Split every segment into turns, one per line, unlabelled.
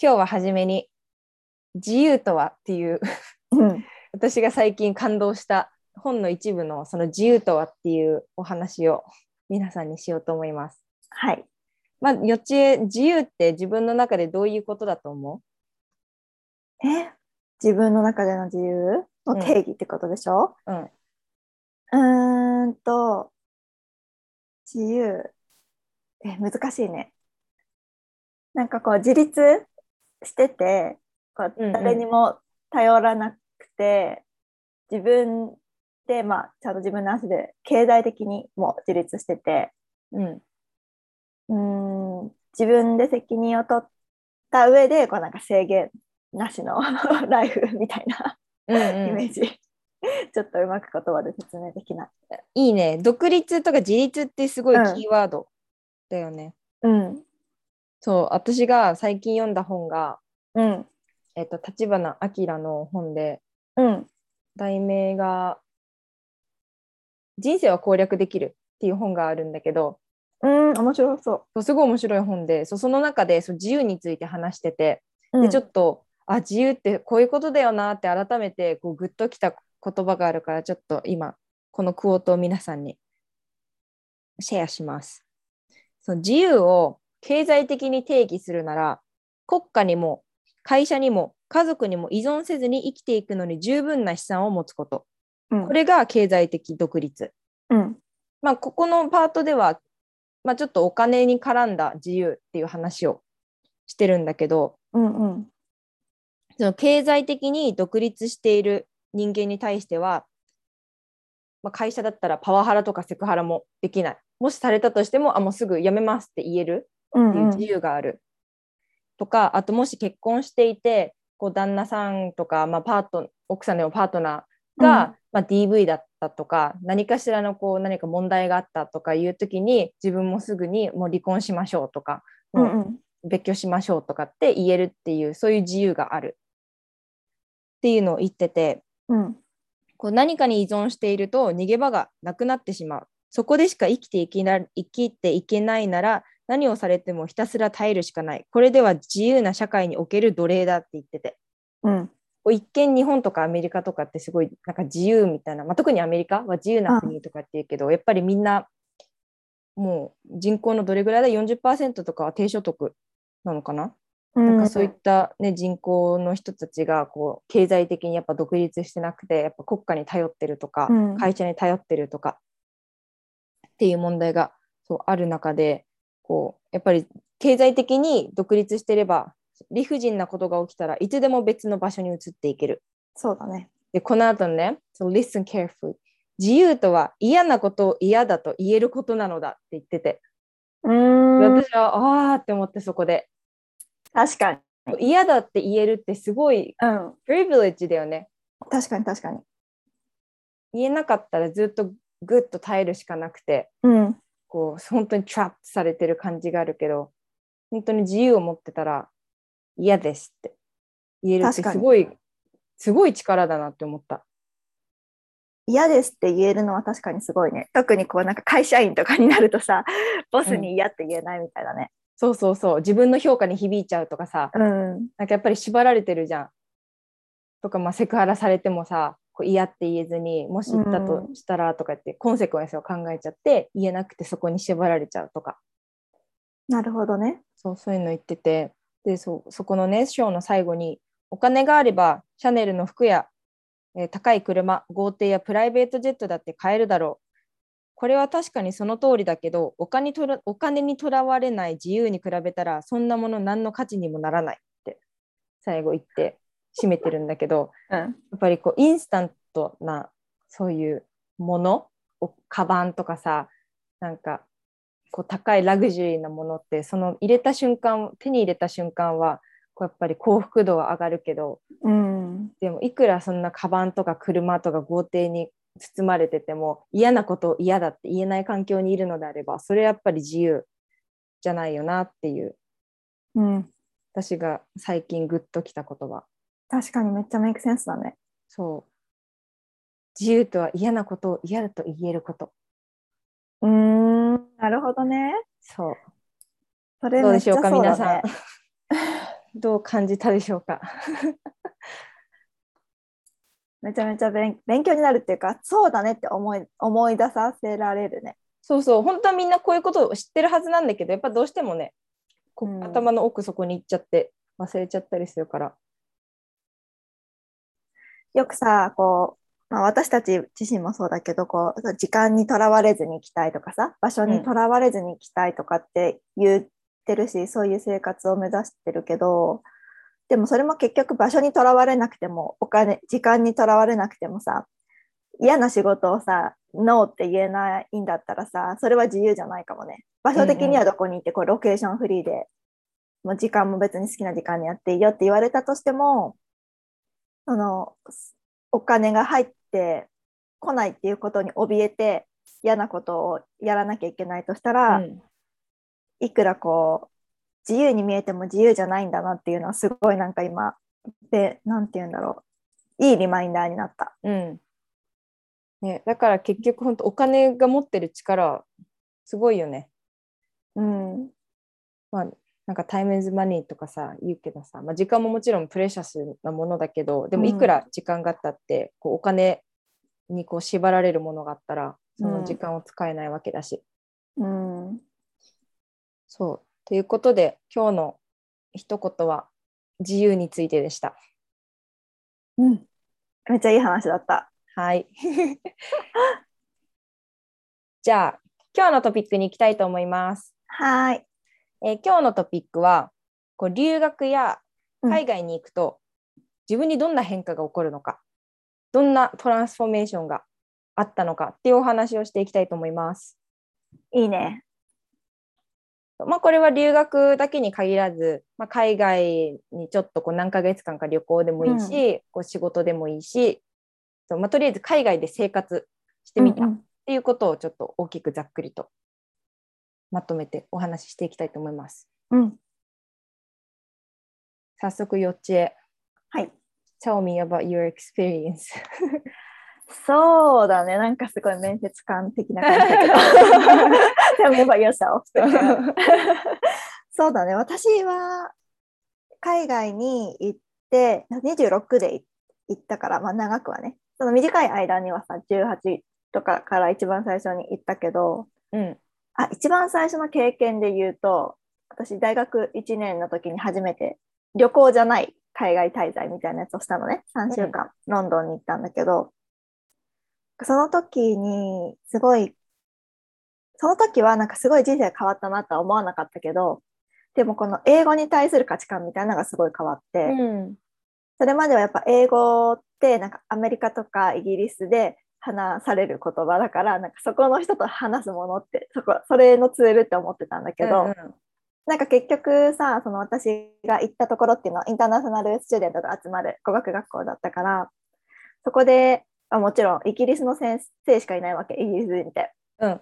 今日は初めに「自由とは」っていう
うん
私が最近感動した本の一部のその「自由とは」っていうお話を皆さんにしようと思います。
はい。
まあ、よちえ自由って自分の中でどういうことだと思う
え自分の中での自由の定義ってことでしょ、
うん、
うーんと、自由。え、難しいね。なんかこう、自立してて、こう
うんうん
誰にも頼らなくて、自分で、まあ、ちゃんと自分の足で、経済的にも自立してて、
うん
うーん、自分で責任を取った上で、こうなんか制限なしの ライフみたいな
うん
イ
う
メ
ん、
ージ。 ちょっとうまく言葉で説明できない。
いいね独立とか自立ってすごい
うん
キーワードだよね。
うん。
そう私が最近読んだ本が、
うん。
えっと立花明の本で
うん。
題名が「人生は攻略できる」っていう本があるんだけど
うん、面白そ
そうすごい面白い本でそうその中でそう自由について話してて
う。
でちょ
と、
っと、あ自由ってこういうことだよなって改めてこうグッときた言葉があるからちょっと今このクオートを皆さんにシェアします。その自由を経済的に定義するなら国家にも会社にも家族にも依存せずに生きていくのに十分な資産を持つこと。
うん
これが経済的独立。
うん。
まあ、ここのパートでは、まあ、ちょっとお金に絡んだ自由っていう話をしてるんだけど、
うんうん。
その経済的に独立している人間に対しては、まあ、会社だったらパワハラとかセクハラもできない。もしされたとしても、あ、もうすぐ辞めますって言える
うん
っていう自由がある。とか、あともし結婚していて、こう旦那さんとか、まあ、パート奥さんでもパートナーが、まあ、DV だったとか、何かしらのこう何か問題があったとかいう時に、自分もすぐにもう離婚しましょうとか、
う
もうん
うん。
別居しましょうとかって言えるっていうそういう自由があるっていうのを言ってて
うん。
こう何かに依存していると逃げ場がなくなってしまうそこでしか生きていけな生きていけないなら何をされてもひたすら耐えるしかないこれでは自由な社会における奴隷だって言ってて
うん。
こう一見日本とかアメリカとかってすごいなんか自由みたいな、まあ、特にアメリカは自由な国とかっていうけど、やっぱりみんなもう人口のどれぐらいだ40%とかは低所得なのかななんかそういった、ね、人口の人たちがこう経済的にやっぱ独立してなくてやっぱ国家に頼ってるとか、
うん
会社に頼ってるとかっていう問題がそうある中でこうやっぱり経済的に独立してれば理不尽なことが起きたらいつでも別の場所に移っていける。
そうだね。
でこの後のね、so、Listen carefully 自由とは嫌なことを嫌だと言えることなのだって言ってて、
うん。
私はああーって思ってそこで
確かに。
嫌だって言えるってすごい
うん。
プリビレッジだよね。
確かに確かに。
言えなかったらずっとグッと耐えるしかなくて、
うん。
こう、本当にトラップされてる感じがあるけど、本当に自由を持ってたら嫌ですって言えるって
確かに
すごい、すごい力だなって思った。
嫌ですって言えるのは確かにすごいね。特にこうなんか会社員とかになる とさ、ボスに嫌って言えないみたいだね。
そうそうそう、自分の評価に響いちゃうとかさ、
うん。
なんかやっぱり縛られてるじゃん。とか、まあ、セクハラされてもさ、こう嫌って言えずにもし言ったとしたらとかって、コンセクエンスを考えちゃって言えなくてそこに縛られちゃうとか
なるほどね。
そうそういうの言っててでそそこのねショーの最後にお金があればシャネルの服や、えー高い車豪邸やプライベートジェットだって買えるだろうこれは確かにその通りだけどお金とらお金にとらわれない自由に比べたらそんなもの何の価値にもならないって最後言って締めてるんだけど
うん。
やっぱりこうインスタントなそういうものをカバンとかさなんかこう高いラグジュアリーなものってその入れた瞬間手に入れた瞬間はこうやっぱり幸福度は上がるけど
うん。
でもいくらそんなカバンとか車とか豪邸に包まれてても嫌なことを嫌だって言えない環境にいるのであればそれはやっぱり自由じゃないよなっていう
うん。
私が最近グッときた言葉
確かにめっちゃメイクセンスだね。
そう自由とは嫌なことを嫌だと言えること
うーん。なるほどね。
そう。
それ
どう
め
で
っ
し
ち
ょ
ゃ
う
そう
か
だね。
皆さんどう感じたでしょうか。
めちゃめちゃ勉勉強になるっていうかそうだねって思い思い出させられるね。
そうそう、本当はみんなこういうことを知ってるはずなんだけど、やっぱどうしてもね、こ
うん
頭の奥底に行っちゃって忘れちゃったりするから。
よくさこう、まあ、私たち自身もそうだけどこう時間にとらわれずに行きたいとかさ場所にとらわれずに行きたいとかって言ってるし、そういう生活を目指してるけどでもそれも結局場所にとらわれなくてもお金時間にとらわれなくてもさ嫌な仕事をさノーって言えないんだったらさそれは自由じゃないかもね場所的にはどこに行って、こうロケーションフリーでもう時間も別に好きな時間にやっていいよって言われたとしてもそのお金が入ってこないっていうことに怯えて嫌なことをやらなきゃいけないとしたら、
うん
いくらこう自由に見えても自由じゃないんだなっていうのはすごいなんか今でなんて言うんだろういいリマインダーになった。
うんね、だから結局本当お金が持ってる力すごいよね。
うん、
まあ、なんかタイムズマニーとかさ言うけどさ、まあ、時間ももちろんプレシャスなものだけどでも
うん
いくら時間があったって、こうお金にこう縛られるものがあったらその時間を使えないわけだし。
うん、
そうということで今日の一言は自由についてでした。
うん、めっちゃいい話だった。
はい。じゃあ今日のトピックに行きたいと思います。
はーい。
えー今日のトピックはこう留学や海外に行くと、自分にどんな変化が起こるのかどんなトランスフォーメーションがあったのかっていうお話をしていきたいと思います。
いいね。
まあ、これは留学だけに限らず、まあ、海外にちょっとこう何ヶ月間か旅行でもいいし、こう仕事でもいいしそう、まあ、とりあえず海外で生活してみた
う
っ
ん
ていうことをちょっと大きくざっくりとまとめてお話ししていきたいと思います。
うん、うん
早速幼稚園
はい。
Tell me about your experience.
そうだね。なんかすごい面接官的な感じだけど。Tell me about yourself. そうだね。私は海外に行って、26でい行ったから、まあ長くはね。その短い間にはさ、18とかから一番最初に行ったけど、
うん
あ、一番最初の経験で言うと、私大学1年の時に初めて旅行じゃない海外滞在みたいなやつをしたのね。3週間、ロンドンに行ったんだけど、その時にすごい、その時はなんかすごい人生変わったなとは思わなかったけど、でもこの英語に対する価値観みたいなのがすごい変わって、
うん
それまではやっぱ英語ってなんかアメリカとかイギリスで話される言葉だからなんかそこの人と話すものってそこそれのツールって思ってたんだけど、なんか結局さその私が行ったところっていうのはインターナショナルスチューデントが集まる語学学校だったからそこであもちろんイギリスの先生しかいないわけイギリス人って。
うん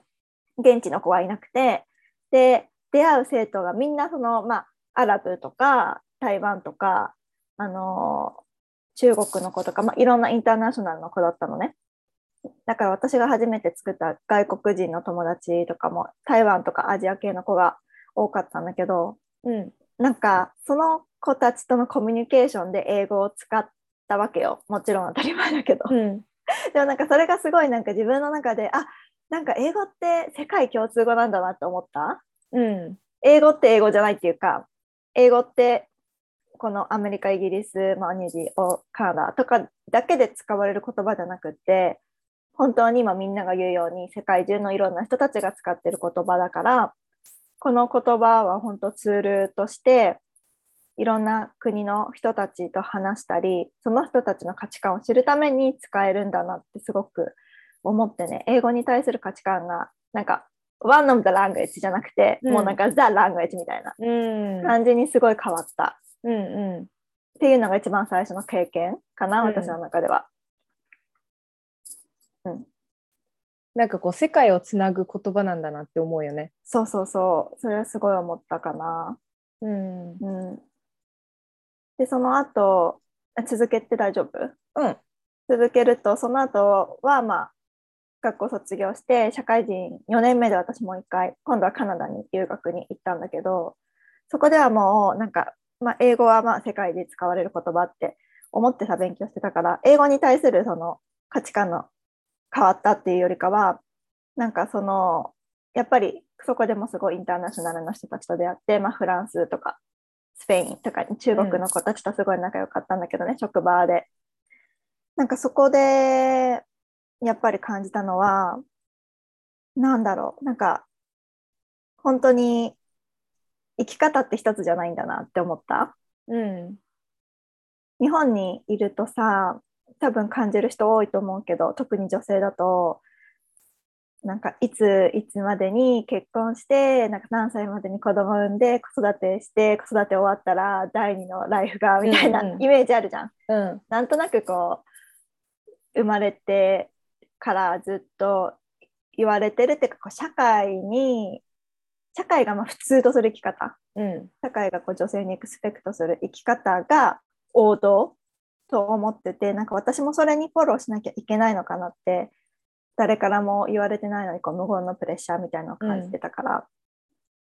現地の子はいなくてで出会う生徒がみんなその、まあ、アラブとか台湾とか、あのー中国の子とか、まあ、いろんなインターナショナルの子だったのねだから私が初めて作った外国人の友達とかも台湾とかアジア系の子が多かったんだけど
うん
なんかその子たちとのコミュニケーションで英語を使ったわけよもちろん当たり前だけど
うん
でもなんかそれがすごいなんか自分の中であなんか英語って世界共通語なんだなって思った
うん
英語って英語じゃないっていうか英語ってこのアメリカイギリス、まあ、ニュージーおカナダとかだけで使われる言葉じゃなくって本当に今みんなが言うように世界中のいろんな人たちが使ってる言葉だからこの言葉は本当ツールとしていろんな国の人たちと話したりその人たちの価値観を知るために使えるんだなってすごく思ってね英語に対する価値観がなんか one of the language じゃなくて、
うん
もうなんか the language みたいな
うん
感じにすごい変わった
うんうん
っていうのが一番最初の経験かな、
うん
私の中では。
なんかこう世界をつなぐ言葉なんだなって思うよね。
そうそうそうそれはすごい思ったかな。
うん。うん。
うん、でその後あ続けて大丈夫続けるとその後はまあ学校卒業して社会人4年目で私もう一回今度はカナダに留学に行ったんだけどそこではもうなんかまあ、英語はまあ世界で使われる言葉って思ってさ勉強してたから英語に対するその価値観の変わったっていうよりかはなんかそのやっぱりそこでもすごいインターナショナルの人たちと出会って、まあ、フランスとかスペインとか中国の子たちとすごい仲良かったんだけどね、うん、職場で。なんかそこでやっぱり感じたのはなんだろうなんか本当に生き方って一つじゃないんだなって思った。
うん、
日本にいるとさ多分感じる人多いと思うけど特に女性だとなんかいついつまでに結婚してなんか何歳までに子供産んで子育てして子育て終わったら第二のライフがみたいなイメージあるじゃん。
うん、うん、
なんとなくこう生まれてからずっと言われてるっていうかこう社会に社会がまあ普通とする生き
方、うん、
社会がこう女性にエクスペクトする生き方が王道と思っててなんか私もそれにフォローしなきゃいけないのかなって誰からも言われてないのにこう無言のプレッシャーみたいなのを感じてたから、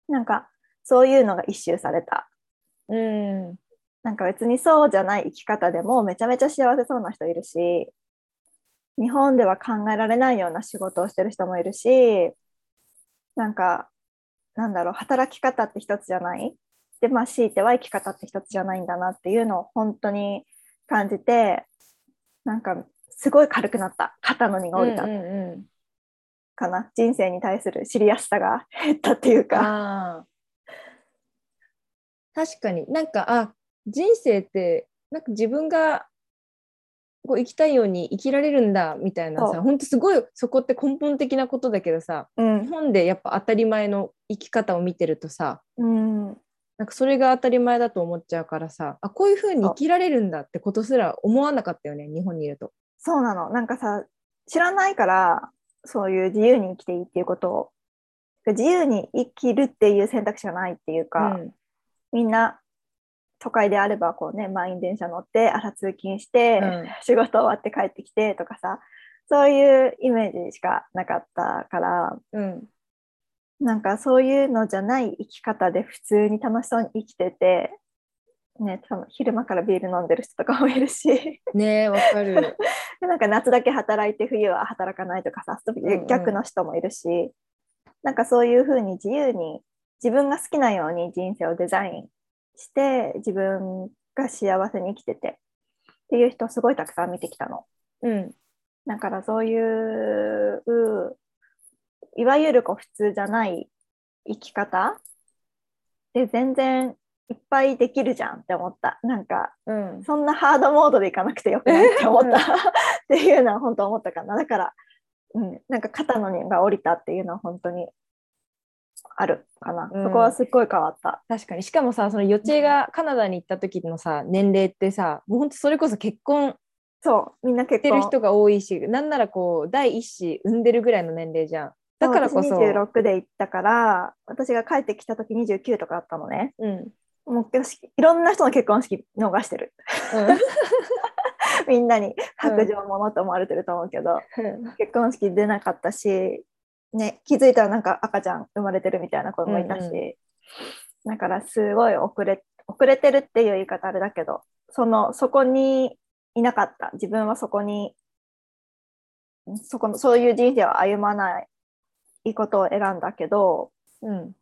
うん、なんかそういうのが一周された、
うん、
なんか別にそうじゃない生き方でもめちゃめちゃ幸せそうな人いるし日本では考えられないような仕事をしてる人もいるしなんかなんだろう働き方って一つじゃないでまあ強いては生き方って一つじゃないんだなっていうのを本当に感じてなんかすごい軽くなった肩の荷が下りた、
うんうん、
かな人生に対するシリアスさが減ったっていう
か確かになんかあ人生ってなんか自分がこう生きたいように生きられるんだみたいなさ本当すごいそこって根本的なことだけどさ、
うん、
日本でやっぱ当たり前の生き方を見てるとさ、
うん、
なんかそれが当たり前だと思っちゃうからさあこういうふうに生きられるんだってことすら思わなかったよね日本にいると。
そうなのなんかさ知らないからそういう自由に生きていいっていうことを自由に生きるっていう選択肢がないっていうか、うん、みんな都会であればこうね満員電車乗って朝通勤して、うん、仕事終わって帰ってきてとかさそういうイメージしかなかったから、
うん、
なんかそういうのじゃない生き方で普通に楽しそうに生きてて、ね、多分昼間からビール飲んでる人とかもいるし
ねわかる
なんか夏だけ働いて冬は働かないとかさ逆の人もいるし、うんうん、なんかそういうふうに自由に自分が好きなように人生をデザインして自分が幸せに生きててっていう人すごいたくさん見てきたの。
うん、
だからそういういわゆるこう普通じゃない生き方で全然いっぱいできるじゃんって思ったなんか、
うん、
そんなハードモードでいかなくてよくないって思った、っていうのは本当思ったかなだから、うん、なんか肩の荷が下りたっていうのは本当にあるかな、うん、そこはすっごい変わった
確かにしかもさその予知がカナダに行った時のさ年齢ってさもう本当それこそ結婚
そうみんな結
婚してる人が多いしなんならこう第一子産んでるぐらいの年齢じゃんだからこそ
26で行ったから私が帰ってきた時29とかあったのね、
うん、
もういろんな人の結婚式逃してる、うん、みんなに白状者と思われてると思うけど、
うん、
結婚式出なかったし、ね、気づいたらなんか赤ちゃん生まれてるみたいな子もいたし、うんうん、だからすごい遅れ遅れてるっていう言い方あれだけどそのそこにいなかった自分はそこにそこのそういう人生を歩まないいいことを選んだけど、
うん、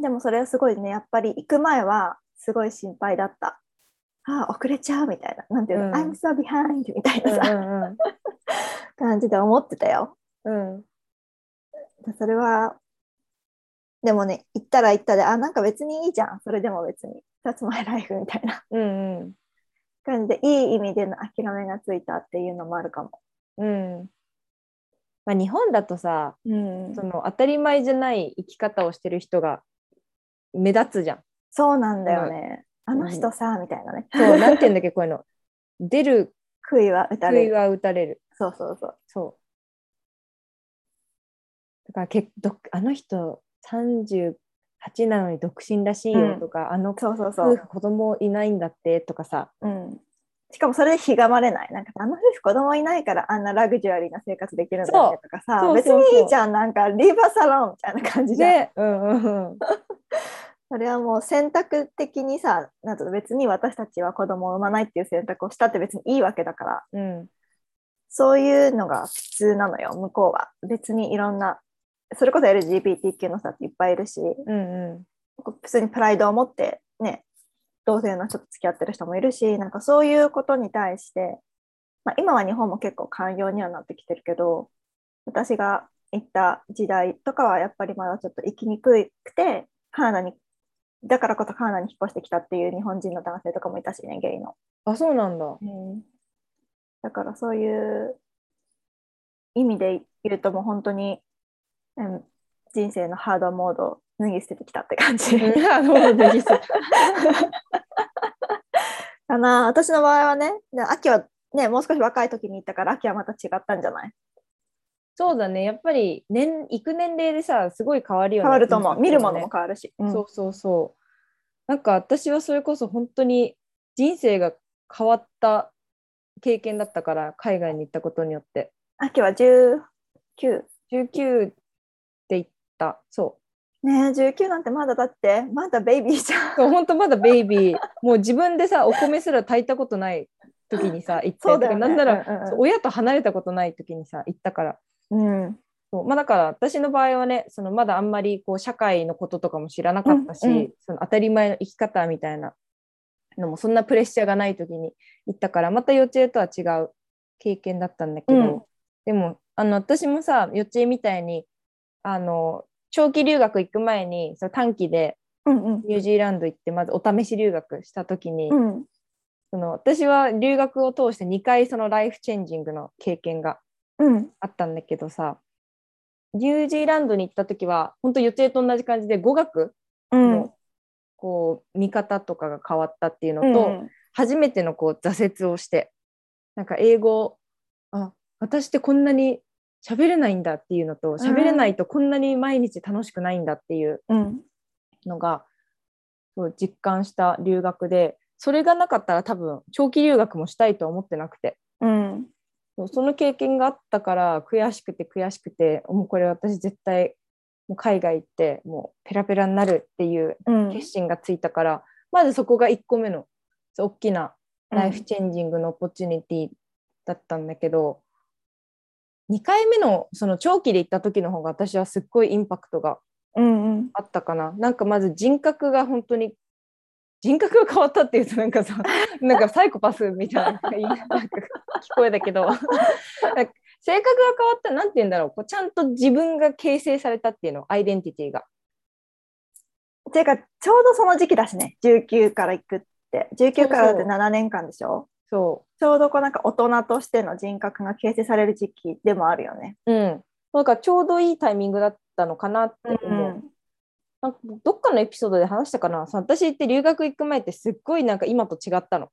でもそれはすごいねやっぱり行く前はすごい心配だった。ああ遅れちゃうみたいな。なんていうの、うん、I'm so behind みたいなさ、
うんうん、
感じで思ってたよ。
うん、
それは、でもね、行ったら行ったで、あ、なんか別にいいじゃん。それでも別に。That's my life みたいな
うんうん、
感じで、いい意味での諦めがついたっていうのもあるかも。
うんまあ、日本だとさ、
うん、
その当たり前じゃない生き方をしてる人が目立つじゃん。
そうなんだよね。あの人さ、うん、みたいなね。
そう、なんて言うんだっけ、こういうの。出る
杭は打たれる。
杭は打たれる。
そうそうそう。
そう。だからけど、あの人38なのに独身らしいよとか、うん、あの
そうそうそう
子供いないんだってとかさ。
うん。しかもそれでひがまれない。なんかあの夫婦子供いないからあんなラグジュアリーな生活できるんだねとかさ、別にいいじゃん、なんかリーバーサロンみたいな感じで。
うんうんうん。
それはもう選択的にさなんと別に私たちは子供を産まないっていう選択をしたって別にいいわけだから
うん、
そういうのが普通なのよ向こうは別にいろんなそれこそ LGBTQ の人っていっぱいいるし
うん、う
普通にプライドを持ってね同性の人と付き合ってる人もいるしなんかそういうことに対して、まあ、今は日本も結構寛容にはなってきてるけど私が行った時代とかはやっぱりまだちょっと行きにくくてカナダにだからこそカナダに引っ越してきたっていう日本人の男性とかもいたしねゲイの、
ん。あ、そうなんだ。
だからそういう意味で言うともう本当に、うん、人生のハードモードを脱ぎ捨ててきたって感 じ。
なるほど、実際。
かな私の場合はねで秋はねもう少し若い時に行ったから秋はまた違ったんじゃない
そうだね。やっぱり年行く年齢でさ、すごい変わるよね。
変わると思
感
う、
覚
見るも
ね
のも変わるし、うん
そうそうそう。なんか私はそれこそ本当に人生が変わった経験だったから海外に行ったことによって
秋は19
19って言ったそ
ねえ19なんてまだだってまだベイビーじゃ ん
うそう本当まだベイ ビーもう自分でさお米すら炊いたことない時にさ行って
そうだよね
とかなんなら、
うんうんうん
そう親と離れたことない時にさ行ったから
うん
そうまあだから私の場合はねそのまだあんまりこう社会のこととかも知らなかったし、
うんうん
その当たり前の生き方みたいなのもそんなプレッシャーがない時に行ったからまた幼稚園とは違う経験だったんだけど、
うん
でもあの私もさ幼稚園みたいにあの長期留学行く前にその短期で
うんうん
ニュージーランド行ってまずお試し留学した時に、
うん
その私は留学を通して2回そのライフチェンジングの経験が
うん
あったんだけどさニュージーランドに行った時は本当予定と同じ感じで語学
うん
のこう見方とかが変わったっていうの
うん
と、初めてのこう挫折をしてなんか英語あ私ってこんなに喋れないんだっていうのと喋れないとこんなに毎日楽しくないんだっていう
うん
のが、そう実感した留学でそれがなかったら多分長期留学もしたいとは思ってなくて
うん
そうその経験があったから悔しくて悔しくてもうこれ私絶対もう海外行ってもうペラペラになるっていう
うん
決心がついたから、まずそこが1個目のそう大きなライフチェンジングのオポチュニティだったんだけど、2回目のその長期で行った時の方が私はすっごいインパクトが
うんうん
あったかななんかまず人格が本当に人格が変わったっていうとなんかさ なんかサイコパスみたいな 言いなんか聞こえだけどなんか性格が変わったなんて言うんだろうこうちゃんと自分が形成されたっていうのアイデンティティが
ていうかちょうどその時期だしね19から行くって19からだって7年間でしょ
そ
ちょうどこうなんか大人としての人格が形成される時期でもあるよね。
ううんなんかちょうどいいタイミングだったのかなって思う、なんかどっかのエピソードで話したかなさ私って留学行く前ってすっごいなんか今と違ったの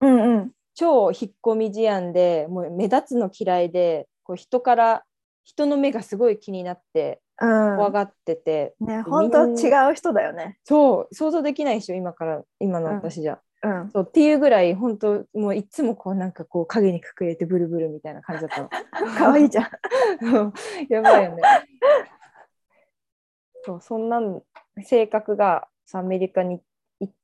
うんうん
超引っ込み思案でもう目立つの嫌いでこう人から人の目がすごい気になって
うん
怖がってて、
ね、本当違う人だよね。
そう想像できないでしょ今から今の私じゃ、
うん。
そうっていうぐらい本当もういつもこうなんかこう影に隠れてブルブルみたいな感じだっ たの
可愛いじ ゃん。
うんやばいよねそうそんなん性格がさアメリカに行っ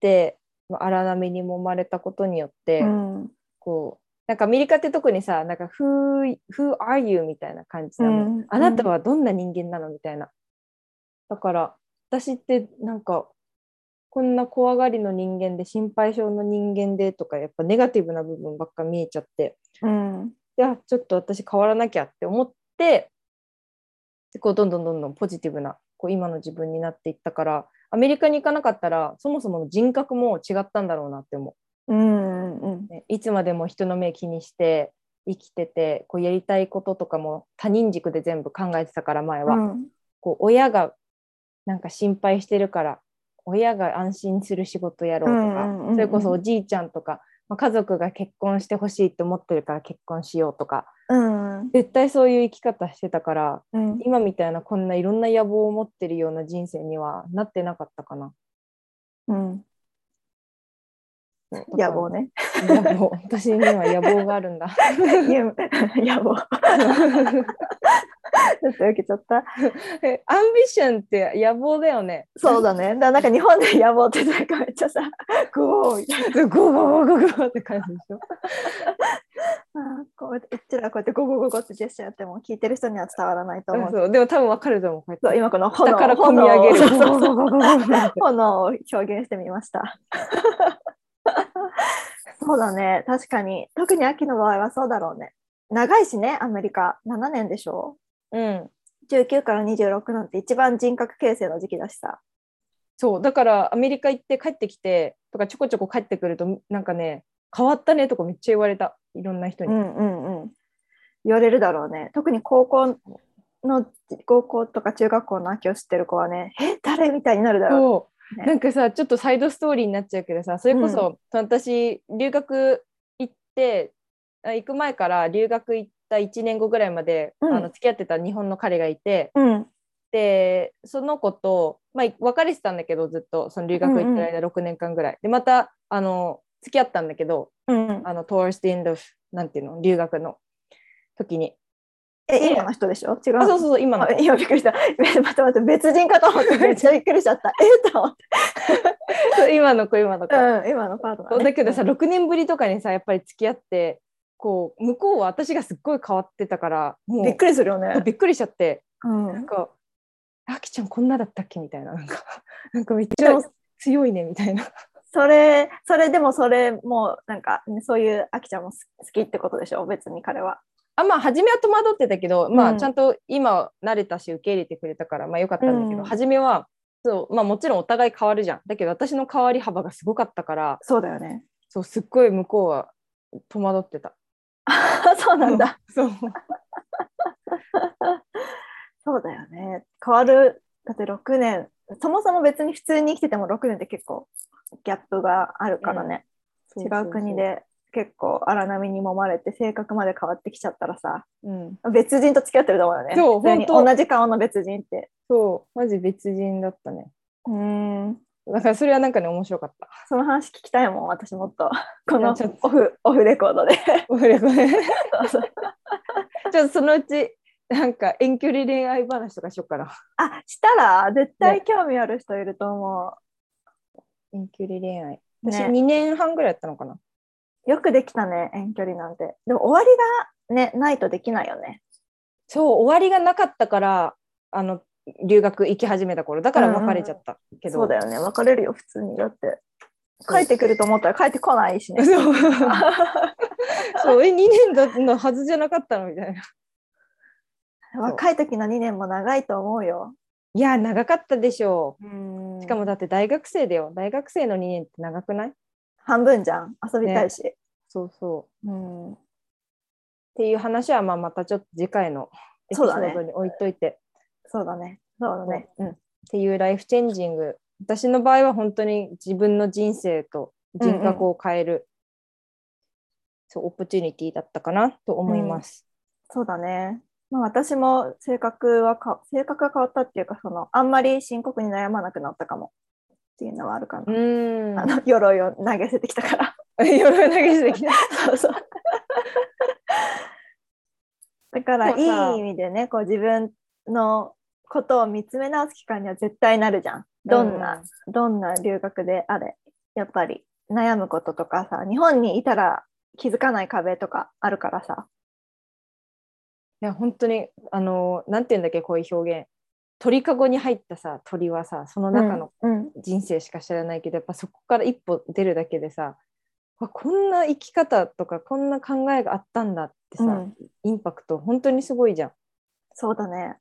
てまあ荒波に揉まれたことによって、
うん。
こうなんかアメリカって特にさなんか who, who are you みたいな感じなの、
うん
あなたはどんな人間なのみたいなだから私ってなんかこんな怖がりの人間で心配性の人間でとかやっぱネガティブな部分ばっか見えちゃって
うん。
いやちょっと私変わらなきゃって思ってでこうどんどんどんどんポジティブなこう今の自分になっていったからアメリカに行かなかったらそもそもの人格も違ったんだろうなって思う。
うん。うん。
ねいつまでも人の目気にして生きててこうやりたいこととかも他人軸で全部考えてたから前は、こう親がなんか心配してるから親が安心する仕事やろうとか、
うんうんうんうん
それこそおじいちゃんとか、まあ、家族が結婚してほしいって思ってるから結婚しようとか
うん。
絶対そういう生き方してたから
うん。
今みたいなこんないろんな野望を持ってるような人生にはなってなかったかな。
うん。
そうだから
野望 ね。
野望 私には野望があるんだ。
野望。ょっと受けちゃった。
えアンビションって野望だよね。
そうだね。だからなんか日本で野望ってなんかめっちゃさ、ゴーみたいな。
ゴーゴーゴーゴーゴーって感じでしょ。
あーこうやってうちらこうやってゴーゴーゴーゴーってジェスチャーやっても聞いてる人には伝わらないと思う。
そうでも多分わかると思う。こうやって
そう今この
下
炎
から込み上げる。
炎をそうそうそう
ゴーゴーゴーゴーゴ ーって
炎を表現してみました。 そうだね。確かに。特に秋の場合はそうだろうね。長いしね、アメリカ。7年でしょ
うん。
19から26なんて一番人格形成の時期だしさ。
そうだからアメリカ行って帰ってきてとかちょこちょこ帰ってくるとなんかね変わったねとかめっちゃ言われたいろんな人
う
に。
んうんうん。言われるだろうね。特に高校の、高校とか中学校の秋を知ってる子はね、え、誰みたいになるだろう。
そう
ね
なんかさちょっとサイドストーリーになっちゃうけどさそれこそ、私留学行ってあ行く前から留学行った1年後ぐらいまで、
うん
あの付き合ってた日本の彼がいて
うん。
でその子と、まあ、別れてたんだけどずっとその留学行ってる間6年間ぐらい、でまたあの付き合ったんだけど
うん、
あの towards the end of なんていうの留学の時に
え、今の人でしょ違う。
あそうそうそう今の
あ今びっくりした。 待って待って、別人かと思って、めっちゃびっくりしちゃった。えと思っ て。
今の子今の子、
うん、今のパートナー、
そうだけどさ
うん
6年ぶりとかにさやっぱり付き合ってこう向こうは私がすっごい変わってたからもう
びっくりするよね。
びっくりしちゃって
うん
なんか「あきちゃんこんなだったっけ?」みたいななんか なんかめっち
で
ゃ
も
強いねみたいな
それ、それでもそれも、なんか、ね、そういうあきちゃんもす好きってことでしょ別に彼は。
あまあ初めは戸惑ってたけど、ま
う
あ
ん
ちゃんと今は慣れたし受け入れてくれたからまあよかったんだけど、
うん
初めはそうまあもちろんお互い変わるじゃんだけど私の変わり幅がすごかったから
そうだよね。
そうすっごい向こうは戸惑ってた。
そうなんだ。
そう
そうだよね。変わる。だって6年、そもそも別に普通に生きてても6年って結構ギャップがあるからね。
そう
違う国、で結構荒波に揉まれて性格まで変わってきちゃったらさ、
うん、
別人と付き合ってると思うよね。
そう
普通に
本当
同じ顔の別人って。
そう、マジ別人だったね。
うーん。
だからそれはなんかね、面白かった。
その話聞きたいもん、私もっ と。この
ちょっと
オフ、オフレコードで。
ちょっとそのうち、なんか遠距離恋愛話とかしよっかな。
あ、したら絶対興味ある人いると思
遠距離恋愛。
う。
私
ね
2年半ぐらいやったのかな。
よくできたね、遠距離なんて。でも終わりがね、ないとできないよね。
そう、終わりがなかったから、あの、留学行き始めた頃、だから別れちゃったけど。
そうだよね、別れるよ、普通に。だって。帰ってくると思ったら帰ってこないしね。
そう。 そう、え、2年だったはずじゃなかったのみたいな。
若い時の2年も長いと思うよ。
いや、長かったでしょう。
し
しかもだって大学生だよ。大学生の2年って長くない
半分じゃん、遊びたいし。
そうそう。
うん、
っていう話はまあまたちょっと次回のエピソ
そうだね
ードに置いといて、
そうだね。そうだね。
うん、っていうライフチェンジング私の場合は本当に自分の人生と人格を変える、そうオプチュニティだったかなと思います。
そうだね。まあ、私も性格はか性格が変わったっていうかそのあんまり深刻に悩まなくなったかもっていうのはあるか
う
な、
ーん
あの鎧を投げ捨ててきたから
鎧投げしてきた。
そうそう だから
でもさ
いい意味でねこう自分のことを見つめ直す機会には絶対なるじゃんどんな、どんな留学であれやっぱり悩むこととかさ日本にいたら気づかない壁とかあるからさ
いや本当にあのなんて言うんだっけこういう表現鳥かごに入ったさ鳥はさその中の
うん
人生しか知らないけどやっぱそこから一歩出るだけでさわこんな生き方とかこんな考えがあったんだってさ、
うん
インパクト本当にすごいじゃん。
そうだね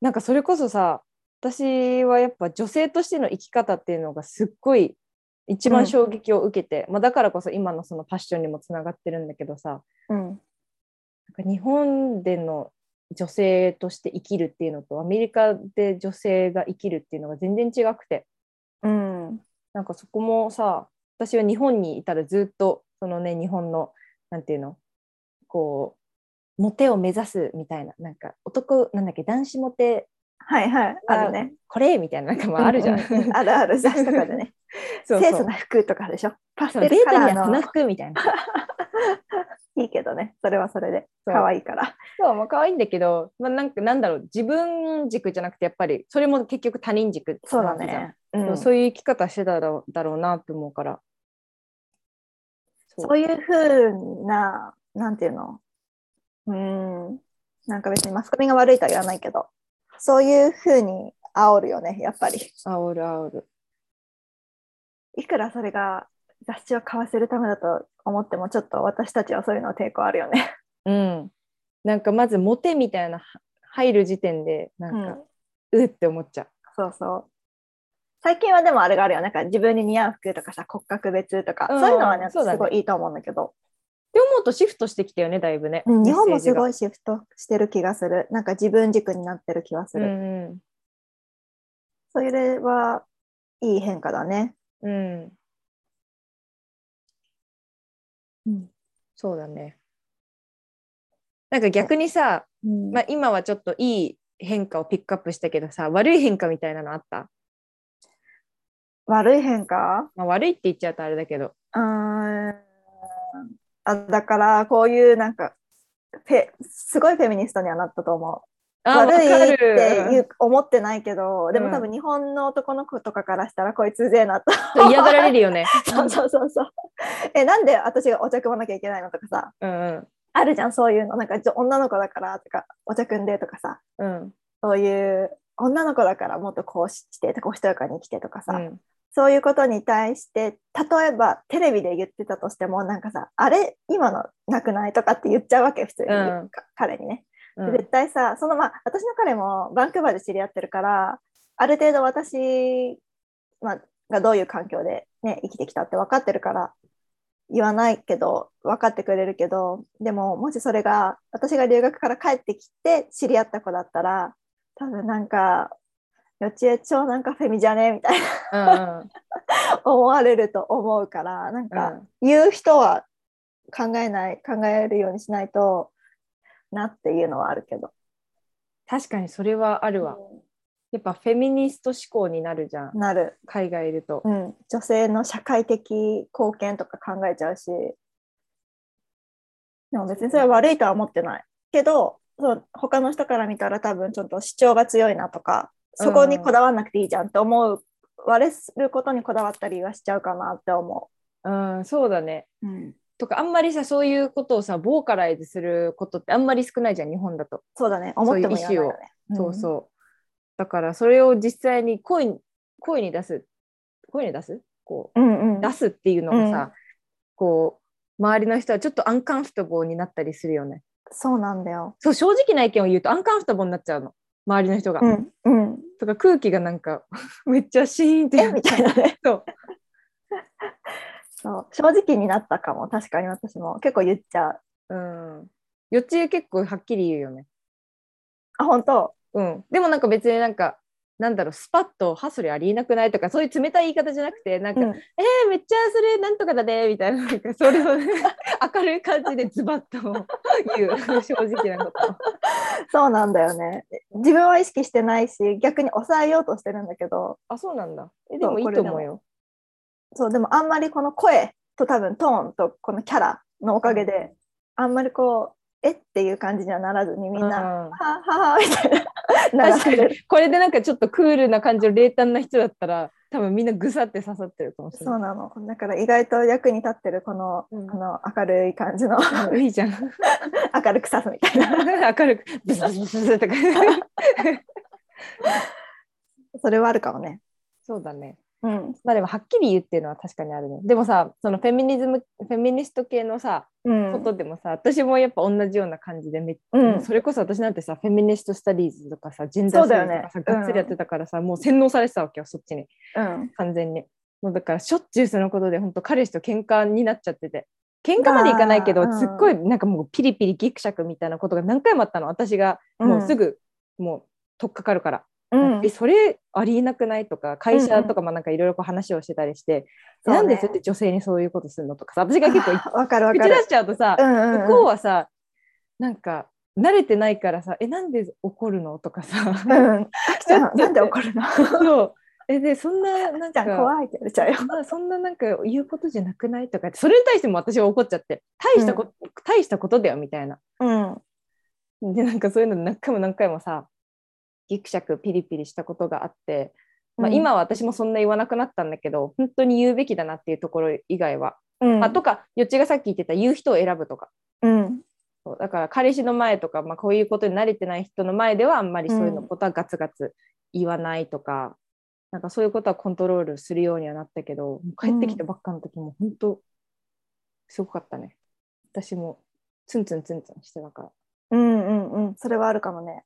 なんかそれこそさ私はやっぱ女性としての生き方っていうのがすっごい一番衝撃を受けて、まあ、だからこそ今のそのパッションにもつながってるんだけどさ
うん
なんか日本での女性として生きるっていうのとアメリカで女性が生きるっていうのが全然違くて
うん
なんかそこもさ私は日本にいたらずっとそのね日本のなんていうのこうモテを目指すみたいななんか男なんだっけ男子モテ
はいはい、
あ
あるね。
これみたいななんかまああるじゃん。
うううあるある、雑誌とかでね。
そう
清
そ
楚
う
な服とかでしょ。パス
そう
テ
デ
ル
ー
カ
トに
ラー
はその
の。
服みたいな
いいけどね、それはそれで、
そう
可愛いから。
そう、まあ、可愛いんだけど、まあ、なんかなんだろう自分軸じゃなくてやっぱりそれも結局他人軸
そうだ
なわけじゃん
ね。うん
そうそういう生き方してただろうだろうなって思うから
そういうふうな、なんていうの、うーん、なんか別にマスコミが悪いとは言わないけど、そういうふうに煽るよね、やっぱり。
煽る煽る
いくらそれが雑誌を買わせるためだと思っても、ちょっと私たちはそういうの抵抗あるよね。
うんなんかまずモテみたいなは入る時点でなんか、うって思っちゃう
そうそう。最近はでもあれがあるよ。なんか自分に似合う服とかさ、骨格別とか、
うん
そういうのはね、
そうだね
すごいいいと思うんだけど、
って思うとシフトしてきたよねだいぶね、
うん日本もす
い
ごいシフトしてる気がする。なんか自分軸になってる気がす
う
る。
ん
それはいい変化だね。
うん、うん、
うん。
そうだねなんか逆にさ、ま
ま
あ、今はちょっといい変化をピックアップしたけどさ悪い変化みたいなのあった、
悪い変化
まあ、悪いって言っちゃうとあれだけど
うーんあだからこういうなんかフェすごいフェミニストにはなったと思う。
あ
悪
わか
い
る
っていう思ってないけどで
う
も
ん
多分日本の男の子とかからしたらこいつうぜえなと。
そう嫌がられるよね
そうそうそうそう。えなんで私がお茶くまなきゃいけないのとかさ
うんうん
あるじゃんそういうのなんかじょ女の子だからとかお茶くんでとかさ
うん
そういう女の子だからもっとこうしてこうしとやかに生きてとかさ、
うん
そういうことに対して例えばテレビで言ってたとしてもなんかさあれ今のなくないとかって言っちゃうわけ普通に、
うん
か彼にね、
うん
絶対さそのまあ私の彼もバンクーバーで知り合ってるからある程度私、まあ、がどういう環境で、ね、生きてきたって分かってるから言わないけど分かってくれるけどでももしそれが私が留学から帰ってきて知り合った子だったら多分なんか幼稚園長なんかフェミじゃねみたいな
うんうん
思われると思うからなん
う
か
ん
言う人は考えない考えるようにしないとなっていうのはあるけど。
確かにそれはあるわやっぱフェミニスト思考になるじゃん
なる、
海外いると
うん、女性の社会的貢献とか考えちゃうしでも別にそれは悪いとは思ってないけどそう他の人から見たら多分ちょっと主張が強いなとかそこにこだわんなくていいじゃんって思う割れすることにこだわったりはしちゃうかなって思
うんそうだね
う。うん、
とかあんまりさそういうことをさボーカライズすることってあんまり少ないじゃん日本だと
そうだね思っても言わないよね。
そうんそう。だからそれを実際に声に声に出す声に出すこ
うんうん
う出すっていうのがさ、こう周りの人はちょっとアンカンフトボーになったりするよね。
そうなんだよ。
そう正直な意見を言うとアンカンフトボーになっちゃうの周りの人が。
うんうん。
とか空気がなんか めっちゃシーンって
えみたいなね。
そう
そう正直になったかも確かに私も結構言っちゃう。
うん。予知結構はっきり言うよね。
あ本当。
うん、でもなんか別になんかなんだろうスパッと「はそれありえなくない?」とかそういう冷たい言い方じゃなくてなんか
うん
えー、めっちゃそれなんとかだねみたいななんかそれ を明るい感じでズバッと言う正直なこと
そうなんだよね。自分は意識してないし逆に抑えようとしてるんだけど
あそうなんだえ
う
でもいいと思うよ
そうでもあんまりこの声と多分トーンとこのキャラのおかげであんまりこうえっていう感じにはならずにみんな、は
うん
ははみたいな
確か
流れる
にこれでなんかちょっとクールな感じの冷淡な人だったら多分みんなぐさって刺さってるかもしれ
そ
な
うなのだから意外と役に立ってるこの,、
うん
あの明るい感じの
いうんいいじゃん
明るくさすみたいな
明るくブスブスブスとか
それはあるかもね。
そうだね
うん
まあでもはっきり言うっていうのは確かにあるねでもさそのフェミニズムフェミニスト系のさ
うん
ことでもさ、私もやっぱ同じような感じでめっ
うん
もうそれこそ私なんてさフェミニスト・スタディーズとかさジェンダー・スタディーズとかさ、
そうだよねうん
がっつりやってたからさ、もう洗脳されてたわけよそっちに
うん、
完全にもうだからしょっちゅうそのことで本当彼氏と喧嘩になっちゃってて喧嘩までいかないけど、
あーうん
すっごいなんかもうピリピリギクシャクみたいなことが何回もあったの私がもうすぐ、もう取っかかるから、
うん
えそれありえなくないとか会社とかもなんかいろいろ話をしてたりして、
そうね
なんでそうやって女性にそういうことするのとかさ私が結構い
わかるわ
口
か
出
る。
しちゃうとさ、
うんうんうん
向こうはさなんか慣れてないからさ「えなんで怒るの?」とかさ
うん、あきちゃん、なんで怒るの。
そうえでそんななん
じゃ
か
ん怖いって言われちゃうよ。
まあそんななんか言うことじゃなくないとかってそれに対しても私は怒っちゃって大したこと、大したことだよみたいな
うん。
でなんかそういうの何回も何回もさギクシャクピリピリしたことがあって、まあ、
うん
今は私もそんな言わなくなったんだけど、本当に言うべきだなっていうところ以外は、
うん、
まあとかよっちがさっき言ってた言う人を選ぶとか
うん、
そうだから彼氏の前とか、まあ、こういうことに慣れてない人の前ではあんまりそういうのことはガツガツ言わないとか、なんかそういうことはコントロールするようにはなったけどもう帰ってきたばっかの時も本当すごかったね私もツンツンツンツンしてたから
うん、うん、うん、それはあるかもね。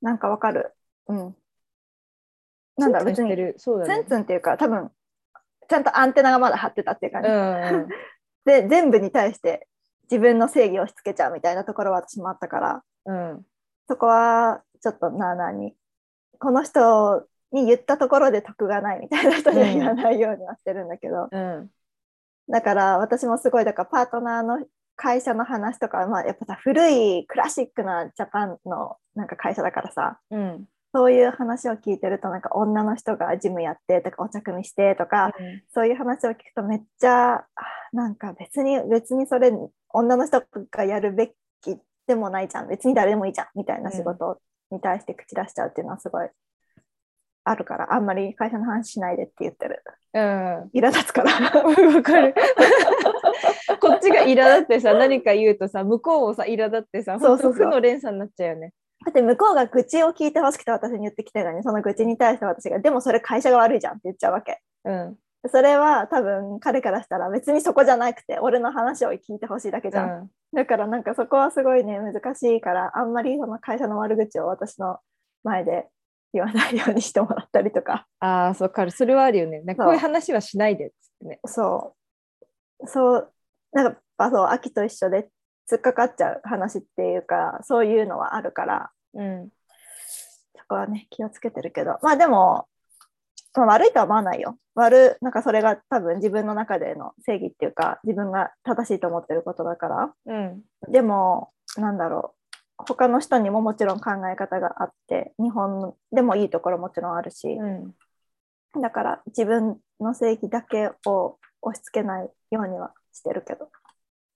なんかわかる。うん。なんだろう、
ツ
別
ンツンして
に。
るそうだ
ツ
ね
ンツンっていうか、多分。ちゃんとアンテナがまだ張ってたっていう感じ。
うんうん
で、全部に対して。自分の正義を押し付けちゃうみたいなところは私もあったから。
うん
そこはちょっとなあなあにこの人に言ったところで得がないみたいな人には言わないようにはしてるんだけど、
うん
だから私もすごいだからパートナーの会社の話とか、まあ、やっぱさ古いクラシックなジャパンのなんか会社だからさ
うん
そういう話を聞いてるとなんか女の人がジムやってとかお茶組してとか、そういう話を聞くとめっちゃあなんか別に別にそれ女の人がやるべきでもないじゃん別に誰でもいいじゃんみたいな仕事に対して口出しちゃうっていうのはすごいあるからあんまり会社の話しないでって言ってる
うん
苛立つから
わかるこっちが苛立ってさ何か言うとさ向こうもさ苛立ってさ
そうそうそう
本当負の連鎖になっちゃうよね
だって向こうが愚痴を聞いてほしくて私に言ってきてるのにその愚痴に対して私がでもそれ会社が悪いじゃんって言っちゃうわけ
うん
それは多分彼からしたら別にそこじゃなくて俺の話を聞いてほしいだけじ
う
ゃん
ん
だからなんかそこはすごいね難しいからあんまりその会社の悪口を私の前で言わないようにしてもらったりとか
ああ、そうかる。それはあるよね。なんか
そ
こ
う
ういう話はしないでっつってね。
そうそうなんかやっぱそう秋と一緒で突っかかっちゃう話っていうかそういうのはあるから
うん。
そこはね気をつけてるけどまあでも、まあ、悪いとは思わないよ悪なんかそれが多分自分の中での正義っていうか自分が正しいと思ってることだから
うん。
でもなんだろう他の人にももちろん考え方があって日本でもいいところもちろんあるし、
うん。
だから自分の正義だけを押し付けないようにはしてるけど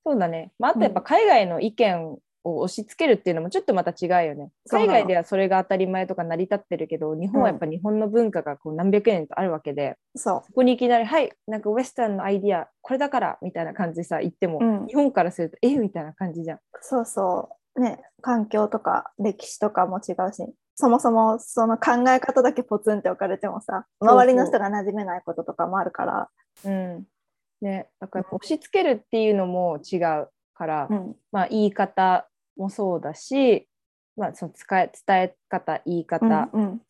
そうだね。まあ、あとやっぱ海外の意見を押し付けるっていうのもちょっとまた違うよね。
そ
海
うなの
外ではそれが当たり前とか成り立ってるけど、日本はやっぱ日本の文化がこう何百年とあるわけで、
そ
そこにいきなり、はい、なんかウエスタンのアイディア、これだからみたいな感じでさ、言っても、
うん
日本からすると、えみたいな感じじゃん。
うそうそうね環境とか歴史とかも違うしそもそもその考え方だけポツンって置かれてもさ
そうそう
周りの人が馴染めないこととかもあるから
うん。ね。だからやっぱ押し付けるっていうのも違うから、
うん
まあ、言い方もそうだし、まあ、その使え伝え方言い方、
うん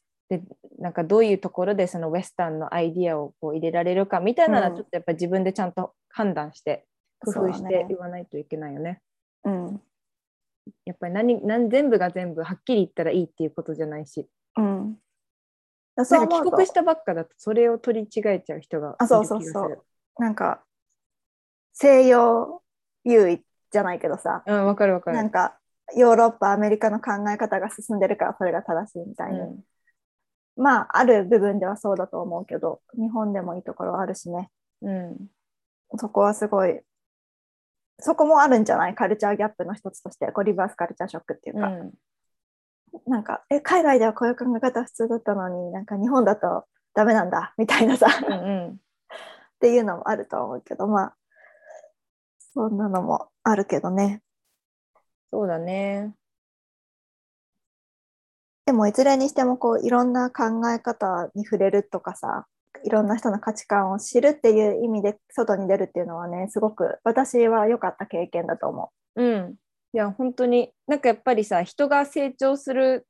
なんかどういうところでそのウェスタンのアイディアをこう入れられるかみたいなのは
うん
ちょっとやっぱ自分でちゃんと判断して工夫し
そう
て
だね
言わないといけないよね。
うん
やっぱり何何全部が全部はっきり言ったらいいっていうことじゃないし
うん
な
そうん
か
思う
帰
と
国したばっかだとそれを取り違えちゃう人がいる気が
あ
する。
そうそうそうなんか西洋優位じゃないけどさ、
うん、わかるわかる。
なんかヨーロッパアメリカの考え方が進んでるからそれが正しいみたいに、
うん
まあある部分ではそうだと思うけど日本でもいいところはあるしね
うん
そこはすごいそこもあるんじゃないカルチャーギャップの一つとしてこうリバースカルチャーショックっていう
う
か、
ん
なんかえ海外ではこういう考え方普通だったのになんか日本だとダメなんだみたいなさ
うんうん
っていうのもあると思うけどまあそんなのもあるけどね
そうだね。
でもいずれにしてもこういろんな考え方に触れるとかさいろんな人の価値観を知るっていう意味で外に出るっていうのはねすごく私は良かった経験だと思
うん、いや本当になんかやっぱりさ人が成長する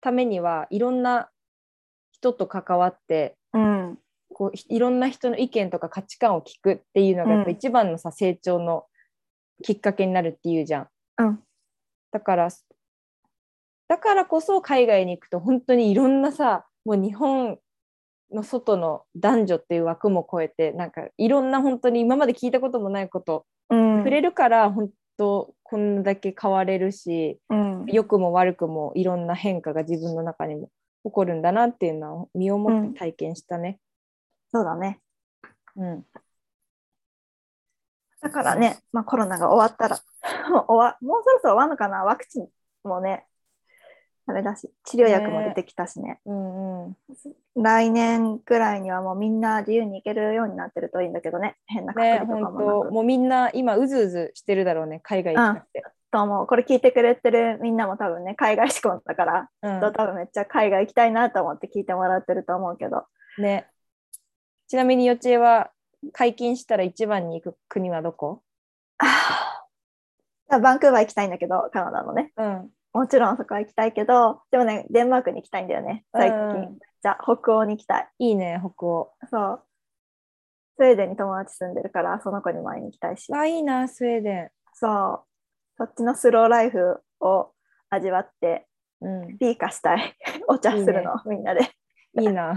ためにはいろんな人と関わって
う。うん、
こうひいろんな人の意見とか価値観を聞くっていうのがやっぱ
うん
一番のさ、成長のきっかけになるっていうじゃん。
うん
だからだからこそ海外に行くと本当にいろんなさもう日本の外の男女っていう枠も超えてなんかいろんな本当に今まで聞いたこともないこと
うん
触れるから本当こんだけ変われるし
うん
良くも悪くもいろんな変化が自分の中にも起こるんだなっていうのは身をもって体験したね。
そうだね。
うん、
だからね、まあ、コロナが終わったら 終わ、もうそろそろ終わるのかな、ワクチンもね、あれだし、治療薬も出てきたしね、
うん、うん。
来年くらいにはもうみんな自由に行けるようになってるといいんだけどね、変な隔
ね、
離と
本
かもな
当、
く。
もうみんな今、うずうずしてるだろうね、海外行きたくて。
と思うこれ聞いてくれてるみんなも多分ね、海外志向だから、
うん
多分めっちゃ海外行きたいなと思って聞いてもらってると思うけど、
ね、ちなみに、予知恵は解禁したら一番に行く国はどこ
あーバンクーバー行きたいんだけど、カナダのね。
うん。
もちろんそこは行きたいけど、でもね、デンマークに行きたいんだよね、最近。
うん
じゃあ、北欧に行きたい。
いいね、北欧。
そう。スウェーデンに友達住んでるから、その子にも会いに行きたいし、
あ、いいな、スウェーデ
そう。そっちのスローライフを味わって、
ン。
ピーカしたい。 お茶するの、
いいね
みんなで。
うん。いい な。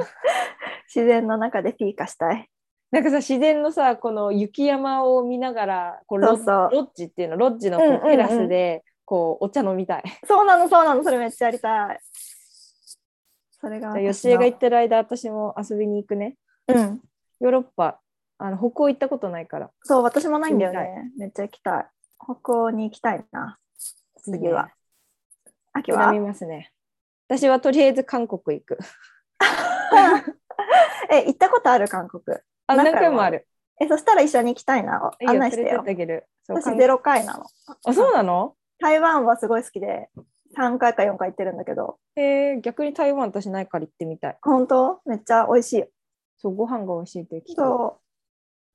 自然の中でピーカしたい。
なんかさ、自然のさ、この雪山を見ながら、こうロ
そう
ッ
そ
ロ
う。
ッジっていうの、ロッジのこう
うんうんうん
テラスで、こう、お茶飲みたい。
そうなの、そうなの、それめっちゃやりたい。それが
じゃあ
私の
よしえが行ってる間、私も遊びに行くね。
うん。
ヨーロッパ、あの北欧行ったことないから。
そう、私もないんだよ
行き
ね。めっちゃ行きたい。北欧に行きたいな。次は。
いいね
秋は
恨みますね。私はとりあえず韓国行く。
え、行ったことある韓国。
あ、
何
何
回も
回もある。
え、そしたら一緒に行きたいな。お
いいよ
案内し
連
て
れてっ
よ
て。あげる。そう
私
韓
ゼロ回なの。
あ、そうなの
台湾はすごい好きで、3回か4回行ってるんだけど、
えー、逆に台湾私ないから行ってみたい。
本当めっちゃ美味しいよ。
そう、ご飯が美味しいって聞いた。
そ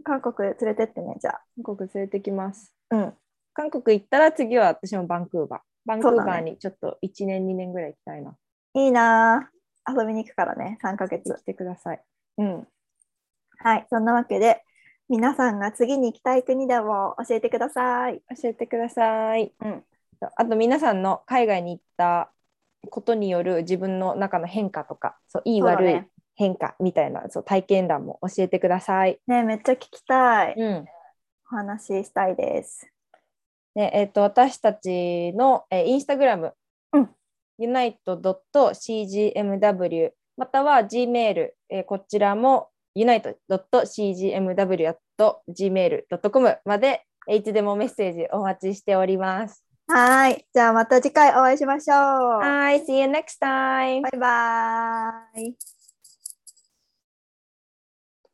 う。韓国連れてってね、じゃあ。
韓国連れてきます。
うん。
韓国行ったら次は私もバンクーバー。バンク
そう
ー
だね
バーにちょっと1年、2年ぐらい行きたいな。
いいなぁ遊びに行くからね、3ヶ月
来。てください。
うん。はい、そんなわけで、皆さんが次に行きたい国でも教えてください。
教えてください。
うん
あと皆さんの海外に行ったことによる自分の中の変化とか、そういい
そうだね
悪い変化みたいなそう体験談も教えてください。
ね、めっちゃ聞きたい。
うん
お話ししたいです。
でえっと私たちの、えーインスタグラム、
うん、
unite.cgmw または Gmail、えーこちらも unite.cgmw.gmail.com までえーいつでもメッセージお待ちしております。
はい、じゃあまた次回お会いしましょう。
はい、See you next time!
バイバーイ。